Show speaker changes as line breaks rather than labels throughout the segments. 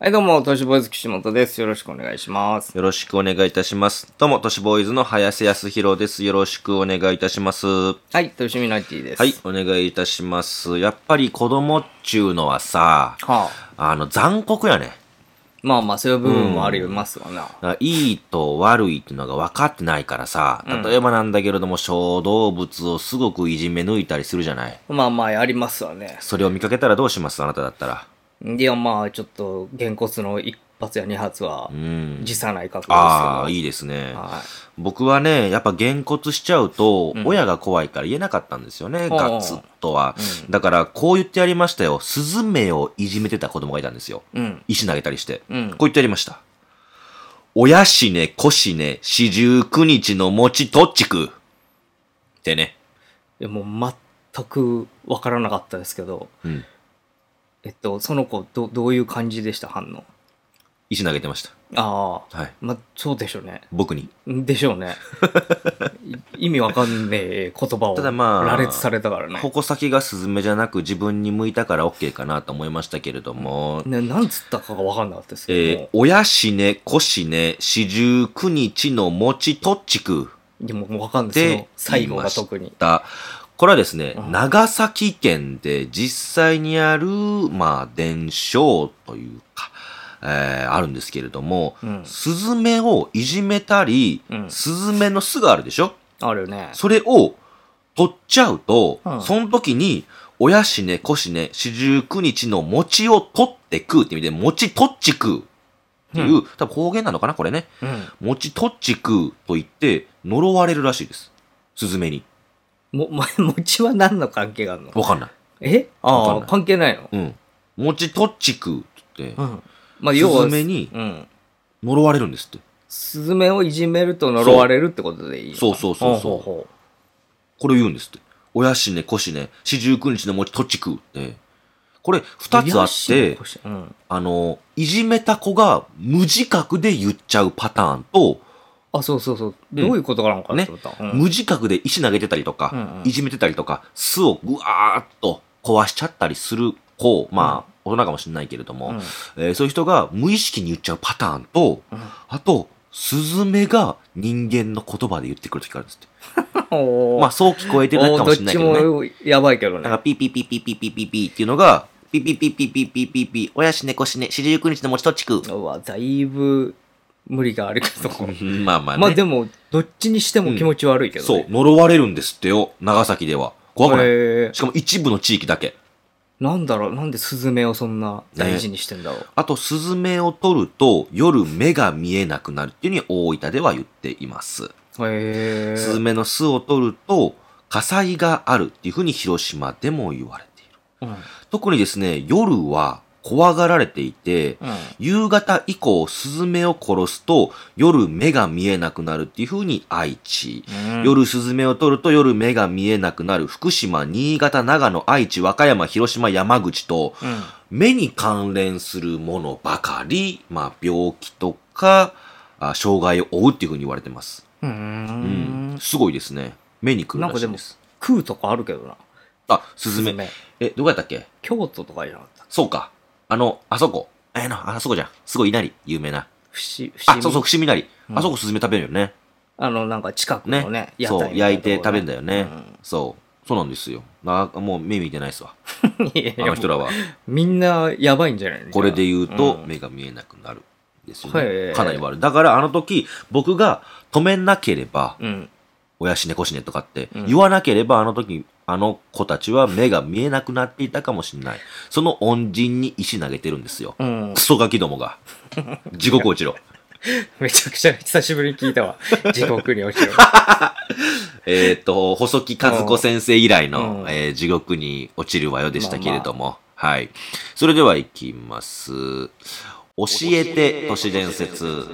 はい、どうも、都市ボーイズ岸本です。よろしくお願いします。
よろしくお願いいたします。どうも、都市ボーイズの林康弘です。よろしくお願いいたします。は
はい、都市ミナティです。
い。、お願いいたします。やっぱり子供っちゅうのはさ、
はあ、
あの、残酷やね。
まあまあ、そういう部分もありますわな。
だからいいと悪いっていうのが分かってないからさ、例えばなんだけれども、小動物をすごくいじめ抜いたりするじゃない。
まあまあ、ありますわね。
それを見かけたらどうしますあなただったら。
いや、まあ、ちょっと、げ骨の一発や二発は
う、ん。
辞さない覚悟
ああ、
です
いいですね
けど。。は
僕はね、やっぱげんこつしちゃうと、親が怖いから言えなかったんですよね、
ん
ガツッとは。だから、こう言ってやりましたよ。スズメをいじめてた子供がいたんですよ。
い。うん。
石投げたりして。
うん
こう言ってやりました。親しね、子しね、四十九日の餅とっちく。ってね。
いや、もう、全くわからなかったですけど、
うん。
えっと、その子、どどういう感じでした、反応。
石投げてました。
ああ、
はい。
まあ、そうでしょうね。
僕に。
でしょう ね。い意味わかんねえ言葉を
ただまあ
羅列されたからね。
矛先がスズメじゃなく自分に向いたから OK かなと思いましたけれども、
ね、なんつったかが分かんなかったですけど
えー
も、
親しね、子しね、四十九日の餅とっちく
でももう分かんないですよ
で、
最後が特
言い
に
まし。たこれはですね、
うん
長崎県で実際にある、まあ、伝承というか、えーあるんですけれども、
うん
スズメをいじめたり、
うん
スズメの巣があるでしょ
あるね。
それを取っちゃうと、
うん
その時に、親しね、子しね、四十九日の餅を取って食うって意味で、餅取っち食うっていう、多分方言なのかなこれね。
うん。
餅取っち食うと言って、呪われるらしいです。スズメに。
も、 ま、餅は何の関係があるの
わかんない。
え
わか
あ
ん
あ、
ない
関係ないの
うん。餅取っち食うって
う
言って、
ん。まあ、要は、
スズメに
うん。
呪われるんですって。
スズメをいじめると呪われるってことでいいのか
そうそうそう
ほう
そう
ほうほ
これを言うんですって。親しね、子しね、四十九日の餅取っち食うって。これ、二つあって
悔、しいなうん。
あの、いじめた子が無自覚で言っちゃうパターンと、
あ、そうそうそう。
ん
どういうことなのかなと思った。うん
無自覚で石投げてたりとか、
うんうん
いじめてたりとか、巣をぐわーっと壊しちゃったりする子、まあ、大人かもしれないけれども、
うん
えーそういう人が無意識に言っちゃうパターンと、
うん
あと、スズメが人間の言葉で言ってくる時があるんですって。
おー
まあ、そう聞こえてないかもしれないけど
おー
ね。
どっちもやばいけど
なん
ね
か。ピーピーピーピーピーピーピーピーっていうのが、ピーピーピーピーピーピーピーピー、親しねこしね、四十九日の餅とちく。
うわ、だいぶ無理があるけど。
まあまあね。
まあでも、どっちにしても気持ち悪いけど
そう
ね。、
呪われるんですってよ、長崎では。怖くない、
へー
しかも一部の地域だけ。
なんだろう、なんでスズメをそんな大事にしてんだろう。
あと、スズメを取ると、夜目が見えなくなるっていうふうに大分では言っています。
へえ。
スズメの巣を取ると、火災があるっていうふうに広島でも言われている。
うん。うん。
特にですね、夜は怖がられていて、夕方以降、スズメを殺すと、夜目が見えなくなるっていうふうに愛知。
うん
夜スズメを取ると夜目が見えなくなる福島、新潟、長野、愛知、和歌山、広島、山口と
うん
目に関連するものばかり、まあ病気とかあ障害を負うっていうふうに言われてます。
う
うんん。。すごいですね。目に来る
なん
ら
か
し
で
い
も
です。、
食うとかあるけどな。
あ、スズメ。え、どこやったっけ
京都とかじゃなかった。
そうか。あの、あそこ。えーな、あそこじゃん。すごい稲荷、有名な。
不思不思
あ、
議。
そうそう、伏見稲荷。
うん
あそこスズメ食べるよね。
あの、なんか近くのね
ね、。
屋
そ
台
う、
みた
焼
ない
て食べるんだ
よ。
よね
うん。
そう。そうなんですよ。なもう目見てないっすわ。
いやい
あ
や
の人らは。
みんなやばいんじゃないの
これで言うと
ん、
目が見えなくなる。ですよ
へ
ね
え。
かなり悪い。だからあの時、僕が止めなければ、
うん。
親しねこしねとかって
うん
言わなければ、あの時、あの子たちは目が見えなくなっていたかもしれない。その恩人に石投げてるんですよ。
うん
ク。ソガキどもが。地獄 落ちろ。
めちゃくちゃ久しぶりに聞いた わ。地獄に落ちる。
えっと、細木和子先生以来の
う、ん
えー地獄に落ちるわよでしたけれども。はい。それではいきます。教えて都市伝説。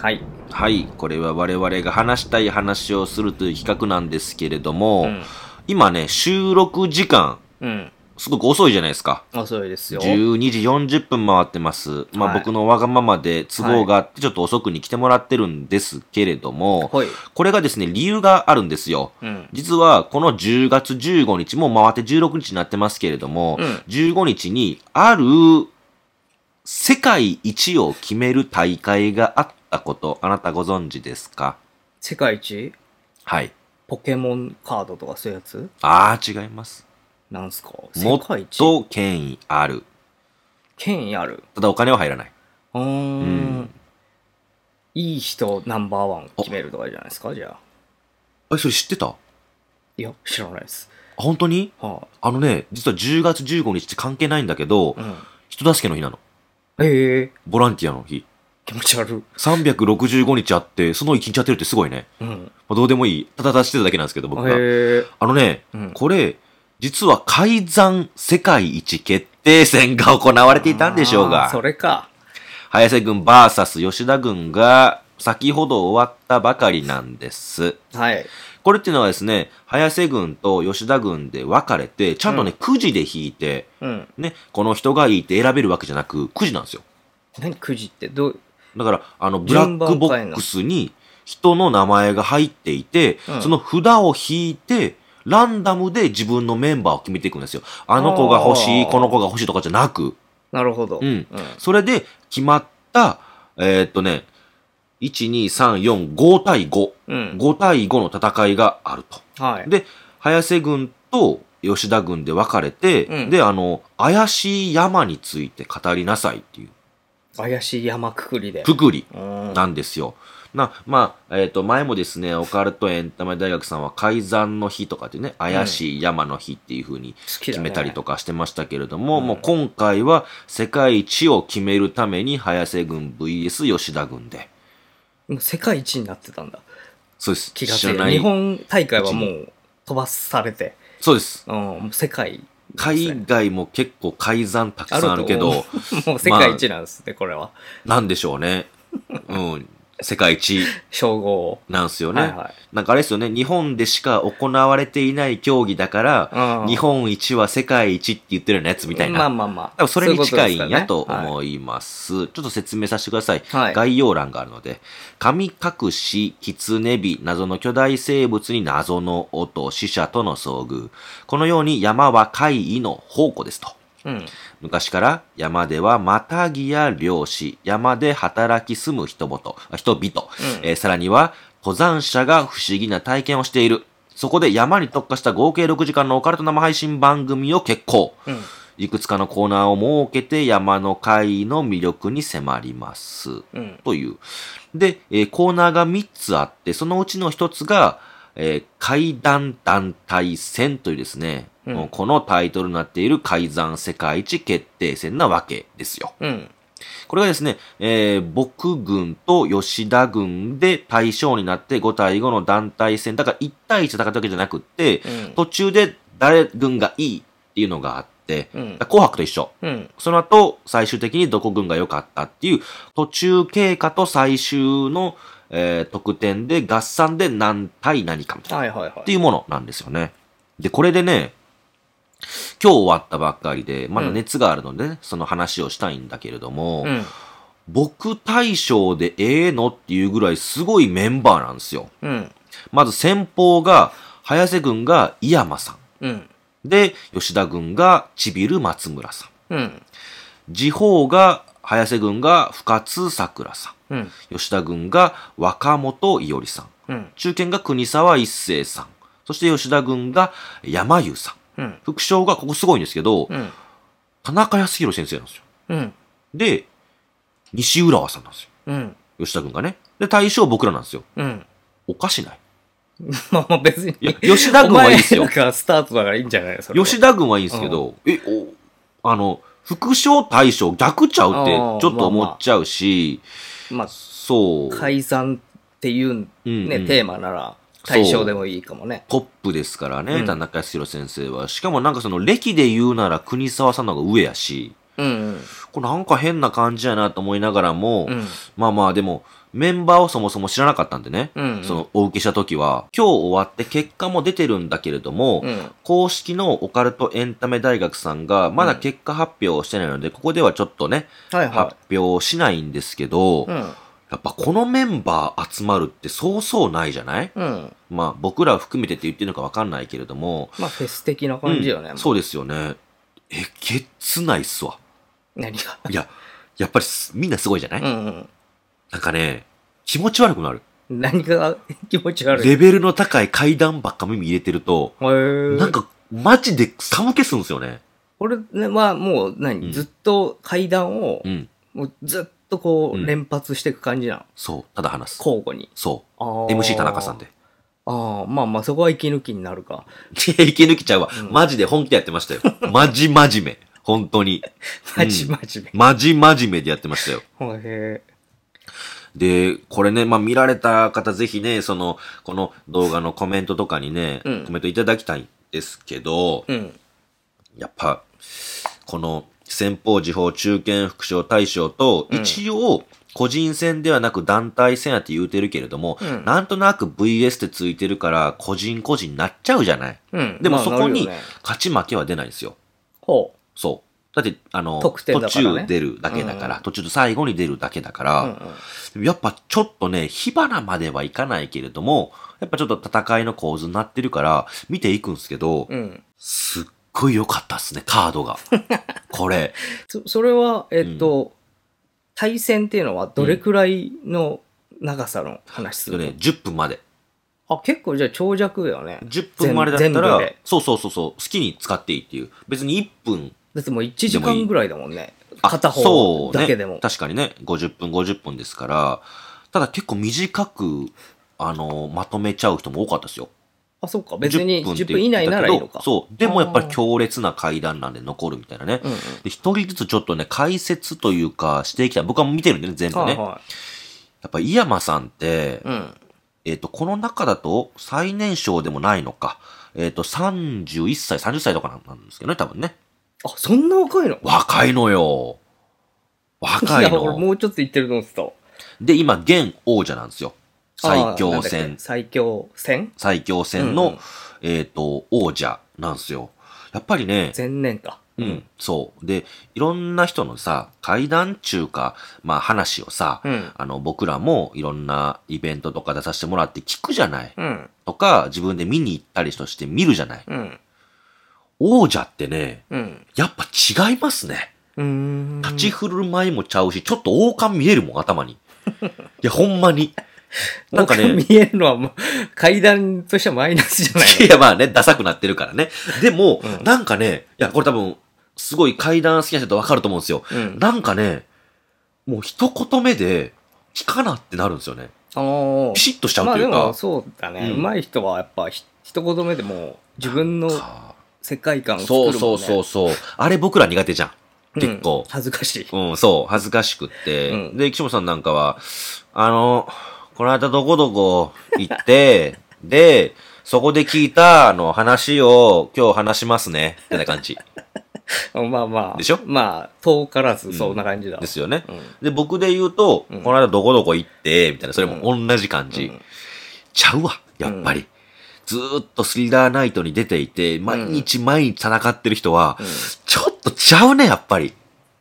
はい。
はい。これは我々が話したい話をするという企画なんですけれども、
うん
今ね、収録時間、
うん。
すごく遅いじゃないですか。
あ、そうですよ。
12時40分回ってます。まあ、
はい
僕のわがままで都合があって、ちょっと遅くに来てもらってるんですけれども、
はい。
これがですね、理由があるんですよ。
うん。
実は、この10月15日、もう回って16日になってますけれども、
うん
15日に、ある世界一を決める大会があったこと、あなたご存知ですか
世界一
はい。
ポケモンカードとかそういうやつ
ああ、違います。
なんすか
も
世
っ
界一
と権威ある。
権威ある。
ただお金は入らない。
うーん,、
うん
いい人ナンバーワン決めるとかじゃないですかじゃあ。
え、それ知ってたあ
いや、知らないです。
本当に
は
あのね、実は10月15日って関係ないんだけど
あ、う、ん。
人助けの日なの。
ええ
ボランティアの日。
気持ち悪い。
365日あって、その1日やってるってすごいね。
うん。
まあ、どうでもいい。ただただしてただけなんですけど、僕が。
ええ
あのね、
うん
これ、実は改ざん世界一決定戦が行われていたんでしょう
あーそ
が、
れか。
早瀬軍 VS 吉田軍が先ほど終わったばかりなんです。
はい。
これっていうのはですね、早瀬軍と吉田軍で分かれて、ちゃんとね、くじで引いて、
うん。
ね、この人がいいって選べるわけじゃなく、くじなんですよ。
何くじってどう、
だから、あの、ブラックボックスに人の名前が入っていて、
うん
その札を引いて、ランダムで自分のメンバーを決めていくんですよ。あの子が欲しい、
あー
この子が欲しいとかじゃなく、
なるほど。
うんそれで決まった、えーっとね、1、2、3、4、5対5。
うん。
5対5の戦いがあると。
はい。
で、早瀬軍と吉田軍で分かれて、
うん
で、あの、怪しい山について語りなさいっていう、
怪しい山くくりで。
くくり。
うん。
なんですよ。な、まあ、えっ、と、前もですね、オカルトエンタメ大学さんは改ざんの日とかってね、怪しい山の日っていう風に
好きだ
決
ね
めたりとかしてましたけれども、
うん
もう今回は世界一を決めるために、早瀬軍 VS 吉田軍で。
もう世界一になってたんだ。
そうです。
気が
知
つ
ら
いた
ない。
日本大会はもう飛ばされて、
そうです。
うん、もう世界ですね、
海外も結構改ざんたくさんあるけ
ある
ど
と、もう 世界一なんですね、これは。
なんでしょ うね。うん。世界一
称号を。
なんですよね。
はいはい
なんかあれですよね、日本でしか行われていない競技だから、
うん
日本一は世界一って言ってるようなやつみたいな。
まあまあまあ。
多分それに近いんやと
そういうこ
思います。ちょっと説明させてください。
はい
概要欄があるので、神隠し、狐火、謎の巨大生物に謎の音、死者との遭遇。このように山は怪異の宝庫ですと。
とですからねはい
昔から山ではマタギや漁師、山で働き住む人々、あ人々、
うん
えーさらには登山者が不思議な体験をしている。そこで山に特化した合計6時間のオカルト生配信番組を決行。
うん。うん。
いくつかのコーナーを設けて山の会の魅力に迫ります。
うん。
という。で、えーコーナーが3つあって、そのうちの1つが、えー、怪談団体戦というですね、
うん
もうこのタイトルになっている改ざん世界一決定戦なわけですよ。
うん。
これがですね、えー、僕軍と吉田軍で対象になって5対5の団体戦、だから1対1戦ったわけじゃなくって
う、ん。
途中で誰軍がいいっていうのがあって、
うん
だから紅白と一緒。
うん。
その後、最終的にどこ軍が良かったっていう、途中経過と最終の、えー得点で合算で何対何かみたいな、
はいはいは
って
い。
いうものなんですよね。で、これでね、今日終わったばっかりで、まだ熱があるのでね、その話をしたいんだけれども、
うん。
僕大将でええのっていうぐらいすごいメンバーなんですよ。
うん。
まず先方が、早瀬軍が井山さん。
うん。
で、吉田軍がちびる松村さん。
うん。
次方が、早瀬軍が深津桜さん。
うん。
吉田軍が若本伊織さん。
うん。
中堅が国沢一生さん。そして吉田軍が山優さん。
うん。
副将が、ここすごいんですけど、
うん。
田中康弘先生なんですよ。
うん。
で、西浦和さんなんですよ。
うん。
吉田軍がね。で、大将僕らなんですよ。
うん。
おかしない。
まあまあ別に。
い や、吉田軍はいいですよ
お前。なんかスタートだからいいんじゃないですか。
吉田軍はいいんですけど、え、お、あの、副将大将逆ちゃうって、ちょっと思っちゃうし、
まあ、
そう。
解散っていうね、
うんうん
テーマなら
そう
対象でもいいかもね。
ポップですからね、
うん
田中康弘先生は。しかもなんかその歴で言うなら国沢さんの方が上やし、
うん
これなんか変な感じやなと思いながらも、
うん。うん。
まあまあでも、メンバーをそもそも知らなかったんでね、
うんうん
そのお受けした時は、今日終わって結果も出てるんだけれども、
うん。
公式のオカルトエンタメ大学さんがまだ結果発表をしてないので、ここではちょっとね、
はい
発
は
表しないんですけど、
い。うん。
やっぱこのメンバー集まるってそうそうないじゃない
うん。
まあ僕ら含めてって言ってるのかわかんないけれども、
まあフェス的な感じよね。
うんそうですよね。えげつないっすわ。
何が。
いや、やっぱりすみんなすごいじゃない、
うん
なんかね、気持ち悪くなる。
うん。何が気持ち悪い。へ
レベルの高い階段ばっか耳入れてると、
ー
なんか、マジで寒気するんですよね。
これはもう何、
うん
ずっと階段を
う、ん。
もうずっとこ
うん
う連発していく感じなの。
そう。ただ話す。
交互に。
そ
あ
う。
ー
MC 田中さん。で。
ああ、まあまあそこは息抜きになるか。
い や、息抜きちゃうわ。
うん
マジで本気でやってましたよ。マジ真面目。本当に。
マジ真面
マジ真面目でやってましたよ。
目。ほへ
で、これね、まあ見られた方ぜひね、その、この動画のコメントとかにね、
うん
コメントいただきたいんですけど、
え。うん。
やっぱ、この先方時報中堅副賞大賞と、
うん
一応、個人戦ではなく団体戦やって言うてるけれども、
うん
なんとなく VS ってついてるから、個人個人になっちゃうじゃない。
うん。
でもそ
まあ
こに
なるよね
勝ち負けは出ないんですよ。
ほ
そう。だって、あの、
得点だからね
途中出るだけだから、
う
途中と最後に出るだけだか
う。
ら、
うんうん
やっぱちょっとね、火花まではいかないけれども、やっぱちょっと戦いの構図になってるから、見ていくんですけど、
うん。
すっごい良かったっすね、カード が。これ。
そそれは、えっと、対戦っていうのはどれくらいの長さの話するの、
ね、10分まで。
あ、結構じゃあ長尺よね。
10分までだった
全部
ら
で、
そうそうそうそう、好きに使っていいっていう。別に1分、
だってもう1時
でもいい
間ぐらいだもんね。
あ
片
そ
方
うね
だけでも。
確かにね、50分、50分ですから、ただ結構短く、あの、まとめちゃう人も多かったですよ。
あ、そうか。別に
って言ってた
10
けど
分以内ならいいのか。
そう。でもやっぱり
あー
強烈な階段なんで残るみたいなね。
うんうん。
で、一人ずつちょっとね、解説というか、していきたい。僕はもう見てるんでね、全部
は
ね。
いは
やっぱ、井山さんって、
い。うん。
えっ、と、この中だと、最年少でもないのか。えっ、と、31歳、30歳とかなんなんですけどね、多分ね。
あ、そんな若いの
若いのよ。若い
や俺
の。
もうちょっと言ってると思ってたわ。
で、今、現王者なんですよ。最
あーな
強
んだっけ
戦。
最強戦
最強戦
う
の、
んうん
えっ、と、王者なんですよ。やっぱりね、
前年か。
うん、そう。で、いろんな人のさ、会談中か、まあ話をさ、
うん。
あの、僕らもいろんなイベントとか出させてもらって聞くじゃない
うん。
とか、自分で見に行ったりとして見るじゃない
うん。
王者ってね、
うん。
やっぱ違いますね。
うーん。
立ち振る舞いもちゃうし、ちょっと王冠見えるもん、頭 に。いや、ほんまに。なんか
僕
ね、
見えるのはもう、階段としてはマイナスじゃない
いや、まあね、ダサくなってるからね。でも、
うん
なんかね、いや、これ多分、すごい階段好きな人だとわかると思うんですよ。
の。うん。
なんかね、もう一言目で、聞かなってなるんですよね。
あの
ピシッとしちゃ
ま
う
あ
とい
で
うか。
もそうだね。
うん
上手い人はやっぱひ一言目でもう自分の
か
世界観を作るもん、
そう
ね。
そうそうそう。あれ僕ら苦手じゃん。結構
うん恥ずかしい。
うん、そう、恥ずかしくって。
うん
で、岸本さんなんかは、あの、この間どこどこ 行って、で、そこで聞いた、あの、話を今日話しますね。みたいな感じ
まあまあ。
でしょ
まあ、遠からずそんな感じだ。
ですよね。
うん。
で、僕で言うと、
うん
この間どこどこ行って、みたいな、それも同じ感じ。
うん
ちゃうわ、やっぱり。ずーっとスリラーナイトに出ていて、毎日毎日戦ってる人は、
うん
ちょっとちゃうね、やっぱり。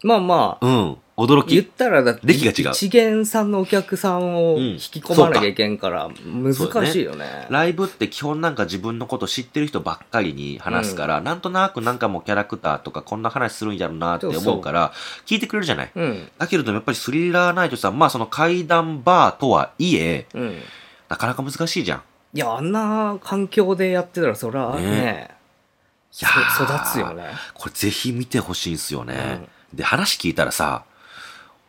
まあまあ、
うん、驚
言っ
き。
たらだって、
歴が違う
一元さんのお客さんを
うん
引き込まなきゃいけんから、難しいよね。
ライブって基本なんか自分のこと知ってる人ばっかりに話すから、なんとなくなんかもうキャラクターとかこんな話するんやろうなって思うから、聞いてくれるじゃない。
うん。
だけれどもやっぱりスリラーナイトさん、まあその階段バーとはいえ、
うん。
なかなか難しいじゃん。い
いや、あんな環境でやってたら、そらね、
ね
そ育つよ。ね。
これぜひ見てほしいんすよね、で、話聞いたらさ、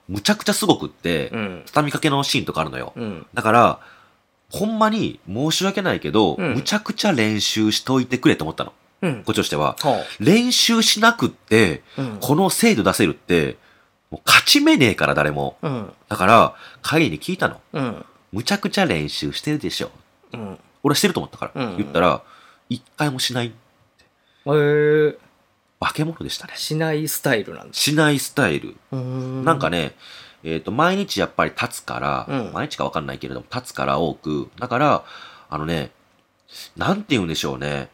むちゃくちゃすごくって、
うん。
畳みかけのシーンとかあるのよ。
うん。
だから、ほんまに申し訳ないけど、
うん
むちゃくちゃ練習しといてくれと思ったの。
うん。
こっちとしては。
は
練習しなくって、
あうん。
この精度出せるって、もう勝ち目ねえから誰も。
うん。
だから、会に聞いたの。
うん。
むちゃくちゃ練習してるでしょ。
うん。
俺はしてると思ったから。
うん
言ったら、一回もしない。
えー、
化け物でしたね。
しないスタイルなんです。
しないスタイル。
な
なんか、ね、えっ、と、毎日やっぱり立つから、
うん
毎日かわかんないけれども、立つから多く。だから、あのね、なんて言うんでしょうね。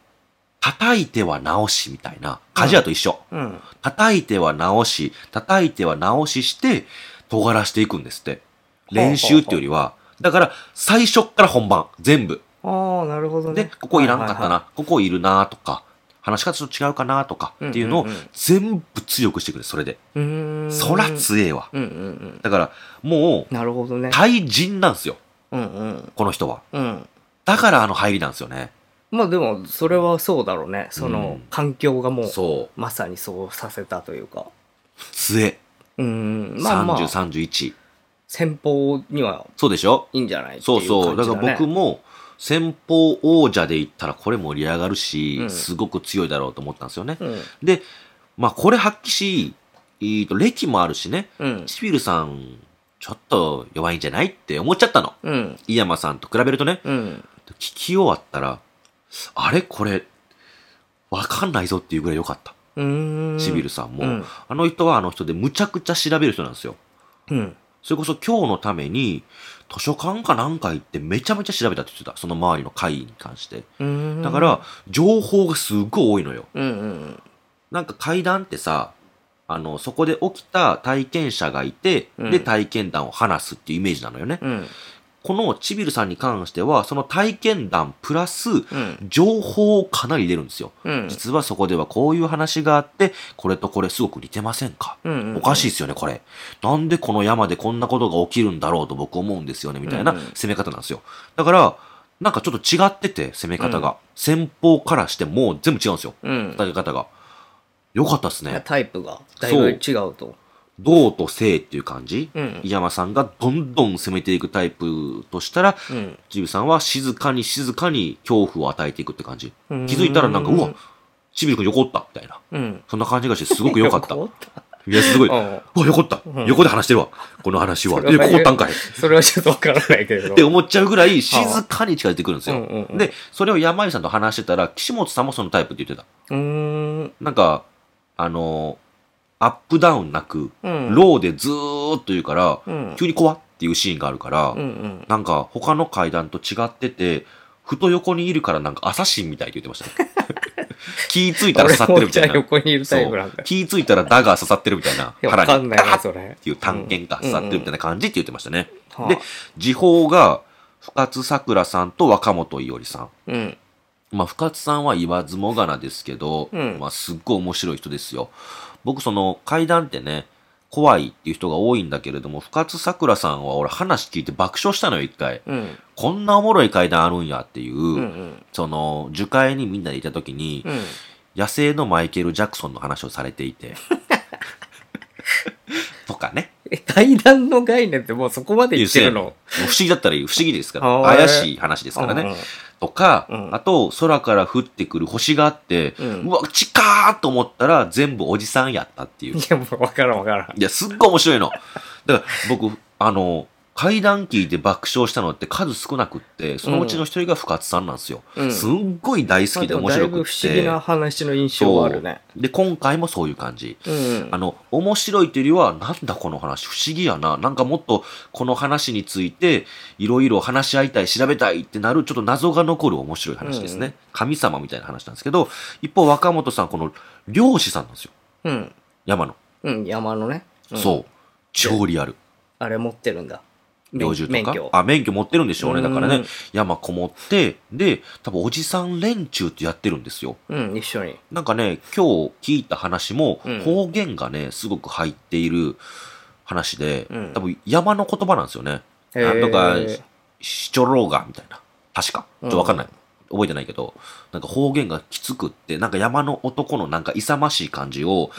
叩いては直しみたいな。鍛冶屋と一緒。
うん。
叩いては直し、叩いては直しして、尖らしていくんですって。練習っていうよりは、だから、最初っから本番、全部。
ああ、なるほどね。
で、ここいらんかったな、
はいはいは
ここいるなとか、話し方ちょっと違うかなとかっていうのを
うんうんうん
全部強くしてくれ、それで。
うーん。
そら強えわ。
うんうんうん。
だから、もう、
なるほどね。
対人なんですよ、
うんうん。
この人は。
うん。
だからあの入りなんですよね。
まあでも、それはそうだろうね。その
うん、
環境がもう、
そう。
まさにそうさせたというか。
強え。
うん。まあまあ、
30、31。
先方には
そうでしょ
いいんじゃないってい
そう
う
そう。
感
だ
じ
か
だ、ね、
ら僕も、先方王者で言ったらこれ盛り上がるし、
うん
すごく強いだろうと思ったんですよね。
うん。
で、まあこれ発揮し、えーと、歴もあるしね、
うん。
シビルさん、ちょっと弱いんじゃないって思っちゃったの。
うん。
井山さんと比べるとね、
うん。
聞き終わったら、あれこれ、わかんないぞっていうぐらい良かった。
うーん。
シビルさんも、
うん
あの人はあの人でむちゃくちゃ調べる人なんですよ。
うん。
それこそ今日のために、図書館かなんか行ってめちゃめちゃ調べたって言ってた。その周りの会に関して。
うーん。
だか、ら、情報がすごい多いのよ。
うんうん
なんか会談ってさ、あの、そこで起きた体験者がいて、
うん
で、体験談を話すっていうイメージなのよね。
うん。うん。
このちびるさんに関しては、その体験談プラス、
うん。
情報をかなり入れるんですよ。
うん。
実はそこではこういう話があって、これとこれすごく似てませんか
うんうんうん
おかしいですよね、これ。なんでこの山でこんなことが起きるんだろうと僕思うんですよね、みたいな
うんうん
攻め方なんですよ。だから、なんかちょっと違ってて、攻め方が。先方からしてもう全部違うんですよ。
うん。
戦い方が。よかったですね。
タイプがだいぶ違うと。
道と性っていう感じ。
うん
井山さんがどんどん攻めていくタイプとしたら、
うん。
ジブさんは静かに静かに恐怖を与えていくって感じ。気
うん
づいたらなんか、うわ、ちびるくん横おったみたいな。
うん。
そんな感じがしてすごく良かった。
いや
い
こう
や、すごい。
う
うんわ、横った。横で話してるわ。この話は。
それ
で、
は
こうったんかい。っ
それはちょっとわからないけれど。
て思っちゃうぐらい静かに近づいてくるんです
うんうん
よ
う。ん
で、それを山井さんと話してたら、岸本さんもそのタイプって言ってた。
うーん。
なんか、あのー、アップダウンなく、
うん
ローでずーっと言うから、
うん
急に怖っていうシーンがあるから、
うんうん。
なんか他の階段と違ってて、ふと横にいるからなんかアサシンみたいって言ってまし た、ね。気ぃついたら
俺
刺さってる
も
み
じ
た
ゃあ
いな。
横にいるタイプなん
そう
だ。い
気ぃついたらダガー刺さってるみたいな。
や、
腹
わ
に。
かんない
ガ
な、
ッ
それ
っ。ていう探検が
うん
刺さってるみたいな感じって言ってましたね。
うんうん
で、時報が深津さくらさんと若本伊織さん。
うん。
まあ、深津さんは言わずもがなですけど、
うん
まあ、すっごい面白い人ですよ。僕、その、階段ってね、怖いっていう人が多いんだけれども、深津さくらさんは俺話聞いて爆笑したのよ、一回。
うん。
こんなおもろい階段あるんやっていう、
うんうん。
その、樹海にみんなでいた時に、
うん。
野生のマイケル・ジャクソンの話をされてい て。とかね。
え、対談の概念ってもうそこまで言ってる
も
の
う不思議だったらいい。不思議ですから。
あー
怪しい話ですから
うんう
ね
ん。
とか、
うん
あと、空から降ってくる星があって、う
うん
わ、近ーと思ったら全部おじさんやったっていう
い。や、もうわからんわからん。
いや、すっごい面白いの。だから僕、あの、階段聞いて爆笑したのって数少なくって、そのうちの一人が深津さんなんですよ。
うん
すんごい大好きで面白
まあでもだいぶ
くっ
不思議
て。
な話の印象はあるね。
そうで、今回もそういう感じ。
うん
あ。の、面白いというよりは、なんだこの話、不思議やな。なんかもっとこの話について、いろいろ話し合いたい、調べたいってなる、ちょっと謎が残る面白い話ですね。
う
神様みたいな話なんですけど、一方、若本さん、この漁師さんなんですよ。
うん。
山の。
うん、山のね。うん
そう。超リアル。
あれ持ってるんだ。
猟銃とか
免許。
あ、免許持ってるんでしょうね。だから
う
ね
ん、
山こもって、で、多分おじさん連中ってやってるんですよ。
うん、一緒に。
なんかね、今日聞いた話も
うん、
方言がね、すごく入っている話で、
うん
多分山の言葉なんですよね。
へー
なんとか、しちょろうが、みたいな。確か。ちょっとわかんない。
う
覚えてないけど、なんか方言がきつくって、なんか山の男のなんか勇ましい感じを、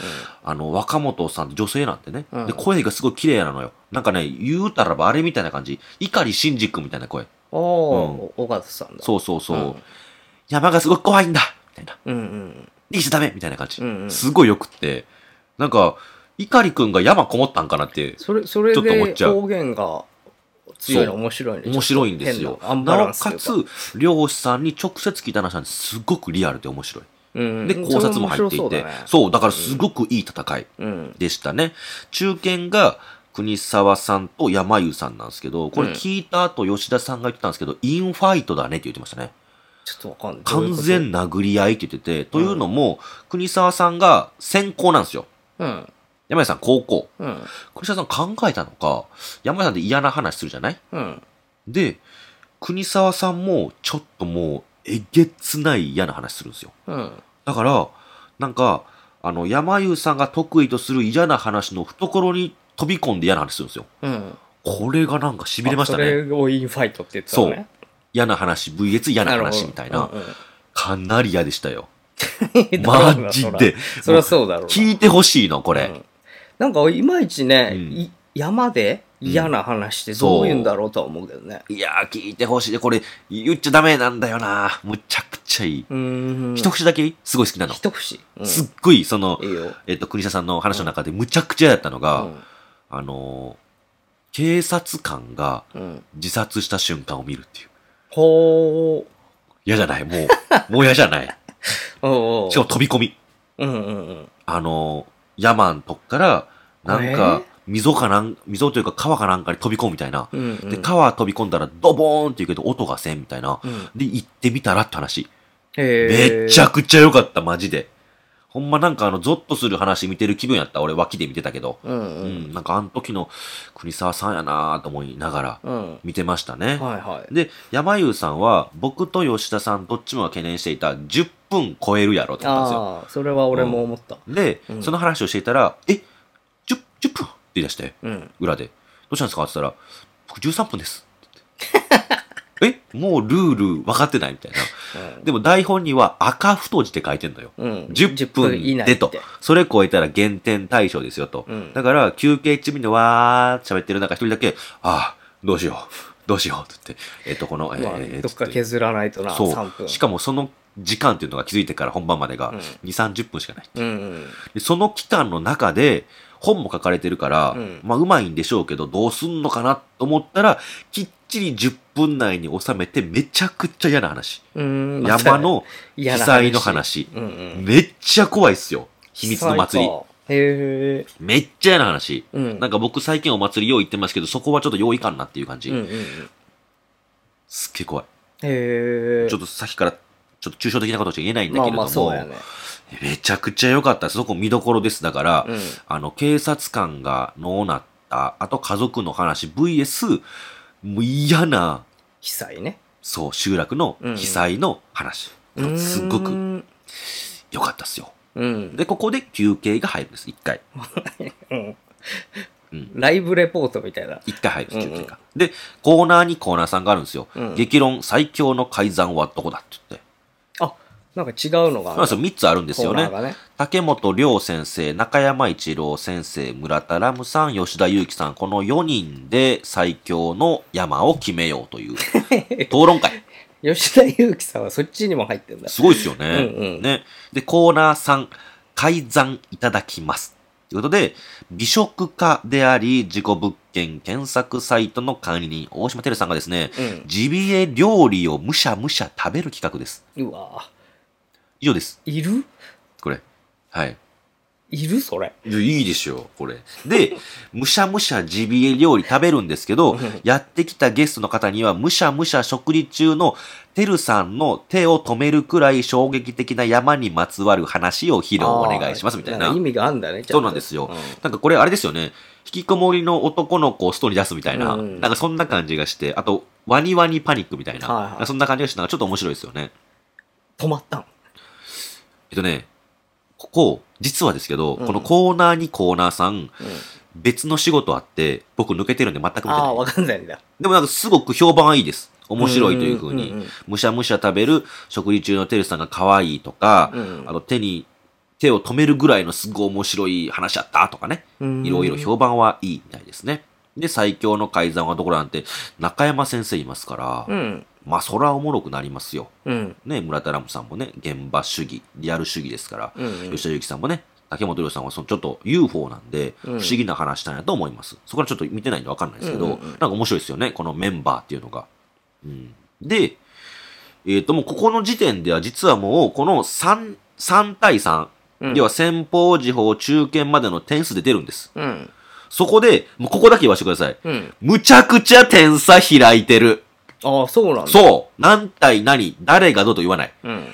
あの、若本さん、女性なんてね、
うん
で、声がすごい綺麗なのよ。なんかね、言うたらばあれみたいな感じ。碇シンジ君みたいな声。
ああ、お尾形さんだ。
そうそうそう。
うん
山がすごい怖いんだみたいな。
うんうん。
逃げちゃダメみたいな感じ。
うんうん
すごいよくって。なんか、碇くんが山こもったんかなって、
それ、それ
ちょっと思っ
で
ちゃう
方言が強いの面白いね。
面白いんですよ。
変なア
な
ンバラ
お
ンスと
か
いう
つ、漁師さんに直接聞いた話なんですごくリアルで面白い。
うん
で、考察も入っていて。
そ
そう、だからすごくいい戦い
れ面白そうだね。うん。
でしたね。中堅が、国沢さんと山湯さんなんですけど、これ
うん
聞いた後吉田さんが言ってたんですけど、インファイトだねって言ってましたね。
ちょっとわかんない。
完
どういう
全殴り合いって言ってて、というのも、国沢さんが先行なんですよ。
こと。うん。
山井さん高校。
うん。
国沢さん考えたのか、山井さんって嫌な話するじゃない
うん。
で、国沢さんもちょっともうえげつない嫌な話するんですよ。
うん。
だだから、なんか、あの、山優さんが得意とする嫌な話の懐に飛び込んで嫌な話するんですよ。
うん。
これがなんか痺れました
あそ
ね。
れをインファイトって言ってたのね。
嫌な話、VS 嫌な話みたいな。
るほど。
かなり嫌でした
うんう
よ。
ん
マジで。
そりゃそうだろうな。
聞いてほしいの、これ。
うんなんかいまいちね、
うん
い山で嫌な話ってどういうんだろうとは思うけどね。
いやー、聞いてほしい。これ、言っちゃダメなんだよな。むちゃくちゃいい。
うーん。
一節だけすごい好きなの。
一節。うん
すっごい、その、
いいよ。
えっと、国下さんの話の中でむちゃくちゃやったのが、
うん
あのー警察官が
うん。
自殺した瞬間を見るっていう。
ほー。
嫌じゃないも う、もう嫌じゃない。
おうおう
しかも飛び込み。
うんうんうん。
あのー、ヤマンとこから、なんか、溝かなん、溝というか川かなんかに飛び込むみたいな。
うんうん
で、川飛び込んだらドボーンって言うけど音がせんみたいな。
うん
で、行ってみたらって話。
へー
めちゃくちゃ良かった、マジで。ほんまなんかあの、ゾッとする話見てる気分やった。俺、脇で見てたけど。
うんう
うんん、なんかあの時の国沢さんやなぁと思いながら
うん。
見てましたね。
はいはい。
で、山優さんは、僕と吉田さんどっちもが懸念していた10分超えるやろって言ったんですよ。
ああ、それは俺も思った。
で、
うん
その話をしていたら、え 10, 10分って言い出して、
うん。
裏で。どうしたんですかって言ったら、僕13分 です。えもうルール分かってないみたいな。でも台本には赤太字って書いてんのよ。
うん。
10分でと
って。
それ超えたら減点対象ですよと。
うん
だから、休憩中みんなわーって喋ってる中、一人だけ、ああ、どうしよう、どうしようって言って、えっと、この、え
まあ、
ー
どっか
つて
削らないとな、3
そう。
分。
しかもその時間っていうのが気づいてから本番までが
うん
2、30分しかない。
うんうん。
でその期間の中で、本も書かれてるから、
うん
まあ、うまいんでしょうけど、どうすんのかなと思ったら、きっちり10分内に収めて、めちゃくちゃ嫌な話。
うん また
山の被災の話。
うんうん。
めっちゃ怖いっすよ。秘密の祭り。
り。へえ。
めっちゃ嫌な話。
うん
なんか僕最近お祭りよう行ってますけど、そこはちょっと用意かんなっていう感じ。
うんうんうん。
すっげえ怖い。
へえ。
ちょっとさっきから、ちょっと抽象的なことしか言えないんだ
ま
け
あ
れども、
まあそうやね。
めちゃくちゃ良かったです。そこ見どころです。だから、
うん
あの、警察官が脳なった、あと家族の話、VS、もう嫌な、
被災ね。
そう、集落の
うんうん
被災の話。すっご
う
く
ん。
良かったですよ。
うん
で、ここで休憩が入るんです。一回。
うん
うん
ライブレポートみたいな。
一回入るんです、
うんう
休
ん
憩が。で、コーナーにコーナーさんがあるんですよ。
うん
激論最強の改ざんはどこだって言って。
あ、なんか違うのがあ
そう
る
なんですよ。3つあるんですよ
コーナ
ね
ー。がね。
竹本涼先生、中山一郎先生、村田ラムさん、吉田裕樹さん、この4人で最強の山を決めようと いう討論会。
吉田裕樹さんはそっちにも入ってんだ。
すごいですよ
う
ね。
んうん
ね。で、コーナー3、改ざんいただきます。ということで、美食家であり、自己物件検索サイトの管理人、大島てるさんがですね、
うん
ジビエ料理をむしゃむしゃ食べる企画です。
うわぁ
以上です。
いる
これ。はい。
いるそれ。
いやいいでしょう、これ。で、むしゃむしゃジビエ料理食べるんですけど、やってきたゲストの方には、むしゃむしゃ食事中のてるさんの手を止めるくらい衝撃的な山にまつわる話を披露お願いします、みたい
あー
な
か意。味があるんだね、ちゃと
そうなんですよ。なんかこれあれですよね。引きこもりの男の子を外に出すみたいな、
うんうん
なんかそんな感じがして、あと、ワニワニパニックみたいな、
はいはい
なんかそんな感じがして、なんかちょっと面白いですよね。
止まったん。
えっとね、ここ、実はですけど、
うん
このコーナーにコーナーさん、
うん
別の仕事あって、僕抜けてるんで全く見て
ああ、
ない。
わかんないんだ。
でもなんかすごく評判はいいです。面白いというふう
うん
に。
うんうん
むしゃむしゃ食べる食事中のテルさんが可愛いとか、
うん
あの手に、手を止めるぐらいのすごい面白い話だったとかね。
うん
いろいろ評判はいいみたいですね。で、最強の改ざんはどころなんて、中山先生いますから、
うん。
まあ、そらおもろくなりますよ。
うん。
ね、村田ラムさんもね、現場主義、リアル主義ですから、
うんうん
吉田裕樹さんもね、竹本涼さんはそのちょっと UFO なんで、不
うん
思議な話なんやと思います。そこはちょっと見てないんでわかんないですけど、
うんうんうん
なんか面白いですよね、このメンバーっていうのが。うん、で、えっ、と、もうここの時点では実はもう、この3、3対3、
うん
要は先方、時報、中堅までの点数で出るんです。
うん。
そこで、もうここだけ言わせてください。
うん。
むちゃくちゃ点差開いてる。
ああ、そうなんだ。
そう何対何誰がどうと言わない。
うん。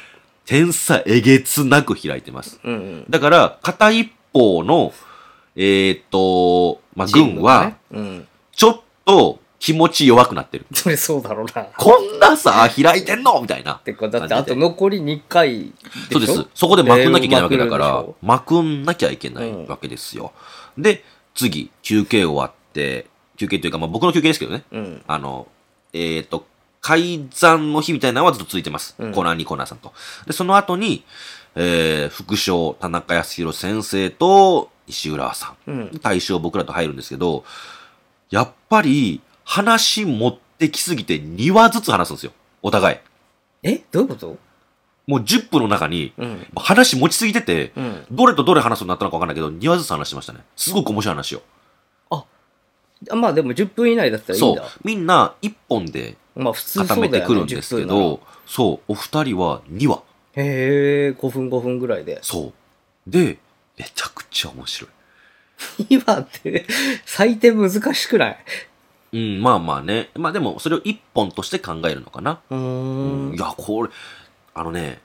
点差えげつなく開いてます。
うんうん。
だから、片一方の、えーっと、まあ、軍は、
チームがね、
ちょっと気持ち弱くなってる。
それそうだろうな。っ
こんなさ、開いてんのみたいな。
てか、だってあと残り2回
そう
し
で
ょ
す。そこでまくんなきゃいけないわけだから
でまくるんでしょ、
まくんなきゃいけないわけですよ。で、次、休憩終わって、休憩というか、まあ僕の休憩ですけどね。
うん。
あの、えっ、と、改ざんの日みたいなのはずっと続いてます。
うん
コーナーにコーナーさんと。で、その後に、えー、副将、田中康弘先生と、石浦さん。
うん。
大将僕らと入るんですけど、やっぱり、話持ってきすぎて2話ずつ話すんですよ。お互い。
えどういうこと
もう10分の中に、
うん。
話持ちすぎてて、
うん。
どれとどれ話すようになったのか分かんないけど、2話ずつ話してましたね。すごく面白い話を。
あまあでも10分以内だったらいい
そ
ん
う
だ。。
みんな1本で
まあ普通
固
そ
め
うだ
て
よ
く
ね、
るんですけ
10分なら
ど、そう、お二人は2話。
へえ、5分5分ぐらいで。
そう。で、めちゃくちゃ面白い。
今って、 最低難しくない
うん、まあまあね。まあでも、それを1本として考えるのかな。
う
うん、
ーん。
いや、これ、あのね、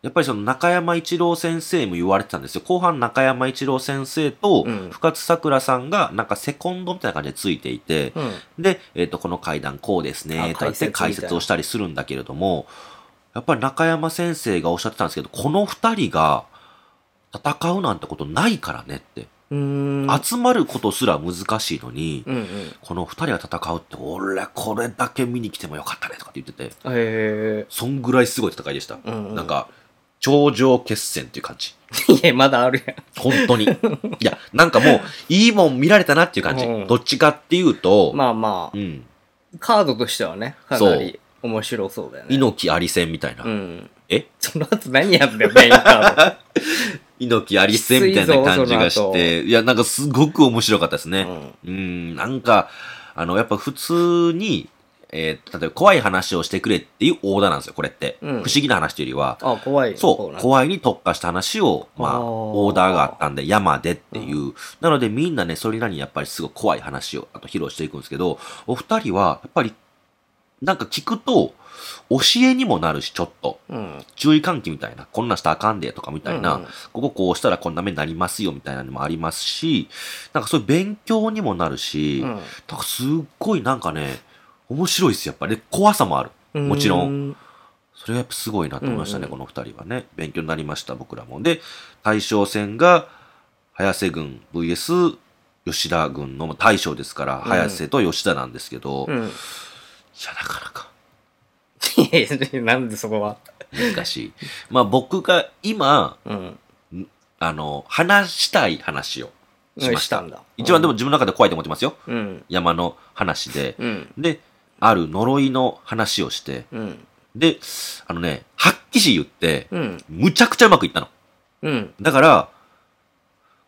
やっぱりその中山一郎先生も言われてたんですよ。後半中山一郎先生と
うん
深津さくらさんがなんかセコンドみたいな感じでついていて、
うん。
で、えっ、と、この階段こうですね、
あ
とか言って
解説
解
みたいな
説をしたりするんだけれども、やっぱり中山先生がおっしゃってたんですけど、この二人が戦うなんてことないからねって。
うーん。
集まることすら難しいのに、
うんうん。
この二人が戦うって、俺、これだけ見に来てもよかったねとかって言って
へ
て、
え。
そんぐらいすごい戦いでした。
うんうん
なんか、頂上決戦っていう感じ。
いや、まだあるやん。
本 当に。いや、なんかもう、いいもん見られたなっていう感じ。
うん
どっちかっていうと、
まあま
うん、
あ、カードとしてはね、かなり面白そうだよね。
猪木あり戦みたいな。
うん。
え
その後何やんだよ、メインカ
猪木ありせんみたいな感じがして、いや、なんかすごく面白かったです
ード。
ね。 うん、なんか、あの、やっぱ普通に、えー例えば怖い話をしてくれっていうオーダーなんですよ、これって。
うん
不思議な話というよりは、
うん。あ、怖い。
そう、
い。
怖いに特化した話を、まあ、
あー
オーダーがあったんで、山でっていう。なのでみんなね、それなりにやっぱりすごい怖い話をあと披露していくんですけど、お二人は、やっぱり、なんか聞くと、教えにもなるし、ちょっと。
うん。
注意喚起みたいな、こんなんしたらあかんで、とかみたいな、
うんうん
こここうしたらこんな目になりますよ、みたいなのもありますし、なんかそういう勉強にもなるし、
うん
なんかすっごいなんかね、面白いですよ、やっぱり。で怖さもある。もちろん。
ん。
それがやっぱすごいなと思いましたね、
うん
この二人はね。勉強になりました、僕らも。で、大将戦が、早瀬軍 VS 吉田軍の大将ですから、早瀬と吉田なんですけど、
う
い
ん。
や、なかなか。
いやいや、 なんでそこは。
難しい。 まあ僕が今、
うん。
あの、話したい話をしまし
した
た。
んだ。
一番でも自分の中で怖いと思ってますよ。
うん。
山の話で。
うん。
で、ある呪いの話をして。
うん。
で、あのね、はっきし言って、
うん。
むちゃくちゃうまくいったの。
うん。
だから、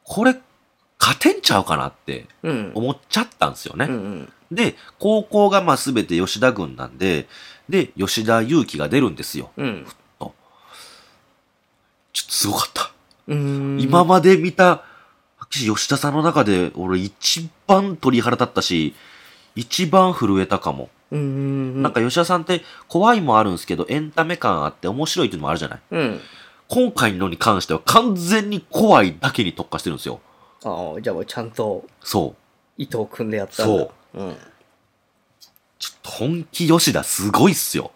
これ、勝てんちゃうかなって
うん。
思っちゃったんですよ
うんう
ね。
ん。
で、高校がまあ全て吉田軍なんで、で、吉田勇気が出るんですよ。
うん。
ちょっとすごかった。
うん。
今まで見た、吉田さんの中で、俺一番鳥肌立ったし、一番震えたかも。
うん。
なんか吉田さんって怖いもあるんですけど、エンタメ感あって面白いっていうのもあるじゃない
うん。
今回のに関しては完全に怖いだけに特化してるんですよ。
ああ、じゃあもうちゃんと
そう。
伊藤君でやったんだ。そう。
ちょっと本気吉田すごいっすよ。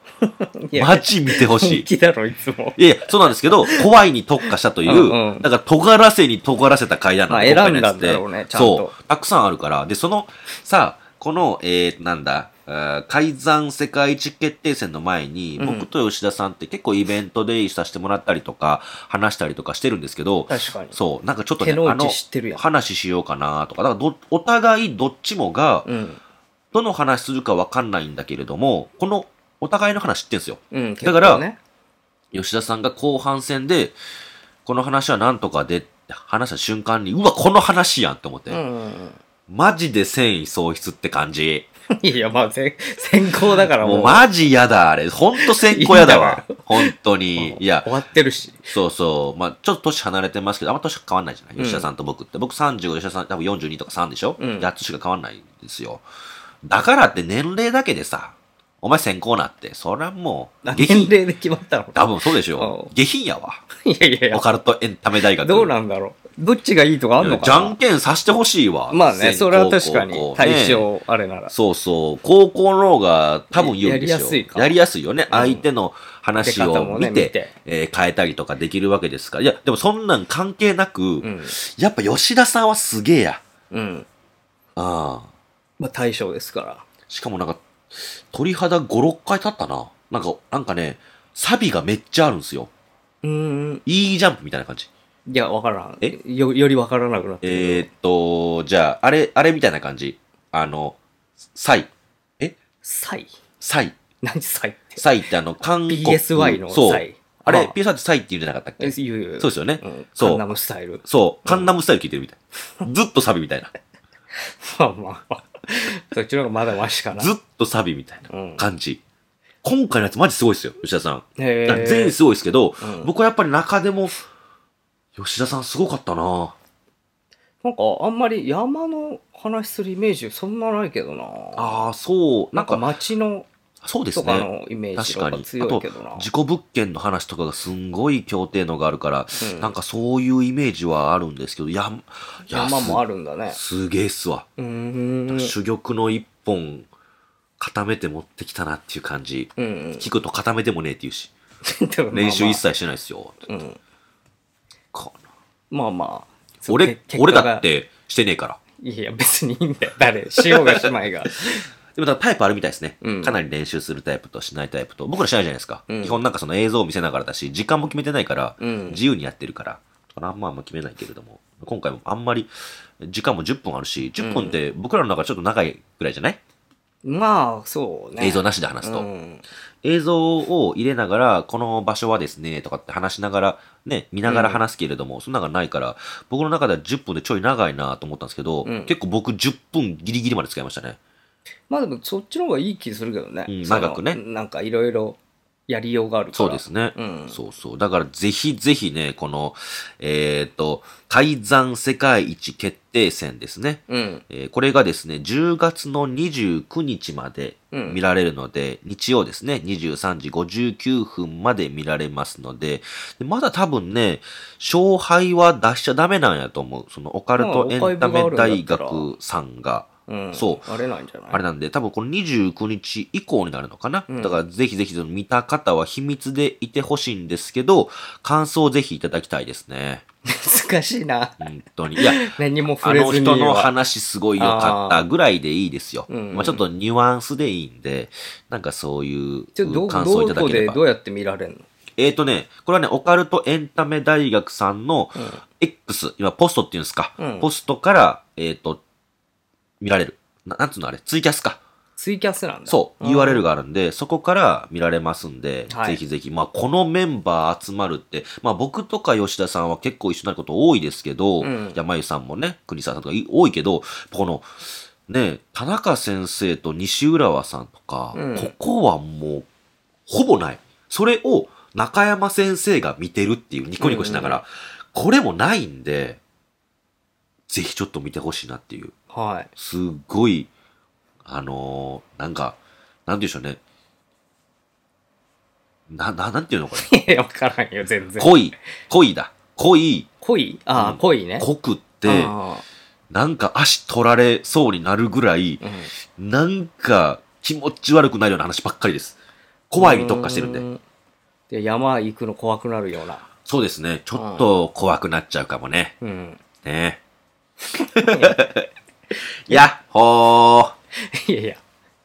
うん。いや
マジ見てほし
本
い。
気だろ、いつも。
いやいや、そうなんですけど、怖いに特化したという、
うんうん
だから尖らせに尖らせた階段な
まあ
今回のや
選ん
つ
だんだろうねちゃんと
そう。たくさんあるから。で、その、さあ、この、えー、なんだ、あー改ざん世界一決定戦の前に、
うん
僕と吉田さんって結構イベントでさせてもらったりとか、話したりとかしてるんですけど、
確かに。
そう、なんかちょっとね、
手の
あ
内
の
知ってるやん
話しようかなとか、だからど、お互いどっちもが、
うん。
どの話するかわかんないんだけれども、この、お互いの話知ってんすよ。
うん。
だか
結
ら
構ね
吉田さんが後半戦で、この話はなんとかでって話した瞬間に、うわ、この話やんって思って、
うんうんうん。
マジで戦意喪失って感じ。
いや、まあ、先先行だからもう。
もうマジやだ、あれ。ほんと先行やだわ
いい。
ほんとに。いや
終、わってるし。
そうそう。まあちょっと年離れてますけど、あんま年変わんないじゃない
ん
吉田さんと僕って。僕35、吉田さん多分42とか3でしょ、
うん
で ?8 つしか変わんないんですよ。だからって年齢だけでさ、お前先行なって、そりゃもう、下
年
品。
齢で決まったの。
多分そうでしょ
う
下品やわ。
いやいやい
オカルトエンタメ大
や、
学。
どうなんだろう。どっちがいいとかあんの
じ
か
ゃ
なん
けんさしてほしいわ。
まあね、
先
それは確か
後
に
攻
対象あれなら。
そうそう。高校の方が多分有利で
や
すよ。
りやすいか
やりやすいよね。相手の話
出方
を
も
見
ね
て、
見て
えー変えたりとかできるわけですから。いや、でもそんなん関係なく、
うん。
やっぱ吉田さんはすげえや。
うん。
ああ。
まあ対象ですから。
しかもなんか、鳥肌5、6回立ったな。なんか、なんかね、サビがめっちゃあるんですよ。
うーん。
いいジャンプみたいな感じ。
いや、わからん。
え
よ、よりわからなくなってる。
えー、っと、じゃあ、あれ、あれみたいな感じ。あの、サイ。え
サイ
サイ。
何サイって。
サイってあの、韓国。
PSY の
そ
サ
う
イ。。
あ
あ
れ
あ、
PSY ってサイって言うんじゃなかったっけ
え言う言う
そうですよね
ん
そう
カンナムスタイル。
そう、カンナムスタイル聞いてるみたい。ずっとサビみたいな。
まあまあ。そっちの方がまだマシかな。
ずっとサビみたい
うん
な感じ。今回のやつマジすごいですよ、吉田さん。
へー
全員すごいですけど、
うん
僕はやっぱり中でも、吉田さんすごかったな
なんかあんまり山の話するイメージそんなないけどな。
ああ、そう、
な
なんん
か
か、
町の
そうです
とか
ね。
のイメージ
確
が
か
やっ
に。
ぱ
あ
強い
と
けどな、。
事故物件の話とかがすんごい協定のがあるから、
うん
なんかそういうイメージはあるんですけど、や、や
山もあ
る。
るんだね。
すげえっすわ。
うーん。
主玉の一本固めて持ってきたなっていう感じ。
うんうん
聞くと固めてもねえって言うし、
でもまあまあ
練習一切してないですよ。
うん
この
まあまあ。そう
俺
け、
俺だっ。
結
てしてねえから。
果がいやいや、別にいいんだよ。誰しようがしま いが。
でもだからタイプあるみたいですね、
うん
かなり練習するタイプとしないタイプと。僕らしないじゃないですか。
うん
基本なんかその映像を見せながらだし、時間も決めてないから、
うん
自由にやってるから。だからあんまあんま決めないけれども、今回もあんまり時間も10分あるし、10分って僕らの中でちょっと長いぐらいじゃない、
まあ、そうね。
映像なしで話すと。
うん
映像を入れながら、この場所はですね、とかって話しながら、ね、見ながら話すけれども、そんなのがないから、僕の中では10分でちょい長いなと思ったんですけど、
うん
結構僕10分ギリギリまで使いましたね。
まあでも、そっちの方がいい気するけどね。
うん
その
長くね
なんかいろいろやりようがあるから。
そうですね。
うん
そうそう。だからぜひぜひね、この、えっ、と、改ざん世界一決定戦ですね。
うん。
えーこれがですね、10月の29日まで見られるので、日曜ですね、23時59分まで見られますのでで、まだ多分ね、勝敗は出しちゃダメなんやと思う。そのオカルトエンタメ大学さんが。
うん。。
そう
あれなんじゃない
あれなんで、多分この29日以降になるのかな。
うん
だからぜひぜひその見た方は秘密でいてほしいんですけど、感想をぜひいただきたいですね。
難しいな。
本当に。いや、
何も 触
あ
れ
の
ずには。
人の話すごい良かったぐらいでいいですよ。
あーうんうん
まあちょっとニュアンスでいいんで、なんかそういう
ちょど
感想をい
ど
ただ
こ
けれ
で
ば
ど。うやって見られるの
えっ、とね、これはね、オカルトエンタメ大学さんの X、今ポストっていうんですか、
うん
ポストから、えっ、と、見られる。ななんつうのあれ、ツイキャスか。
ツイキャスなんだ。
そう、
ん
URL があるんで、そこから見られますんで、
はい
ぜひぜひ、まあ、このメンバー集まるって、まあ、僕とか吉田さんは結構一緒になること多いですけど、
うん
山井さんもね、国沢さんとかい多いけど、この、ね、田中先生と西浦和さんとか、
うん
ここはもう、ほぼない。それを中山先生が見てるっていう、ニコニコしながら、これもないんで、ぜひちょっと見てほしいなっていう。
はい。
すっごい、あのーなんか、なんて言うんでしょ うね。な、な、なんていうのこれ。
いや、わからんよ、全然。
濃い、濃いだ。濃い、
濃いああ、
うん
濃いね。
濃くって、
ああ
なんか足取られそうになるぐらい、
うん
なんか気持ち悪くなるような話ばっかりです。怖いに特化してるん
う
で。
んで、山行くの怖くなるような。
そうですね。ちょっと怖くなっちゃうかもね。
うん。
ね やっほー。
いやいや、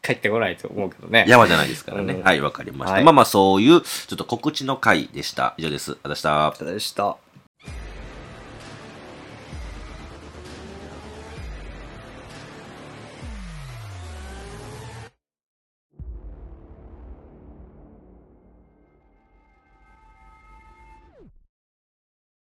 帰ってこないと思うけどね。
山じゃないですからね。
うん
はい、わかりました。
はい
まあまあ、そういう、ちょっと告知の回でした。以上です。ありがとうございました。
でした。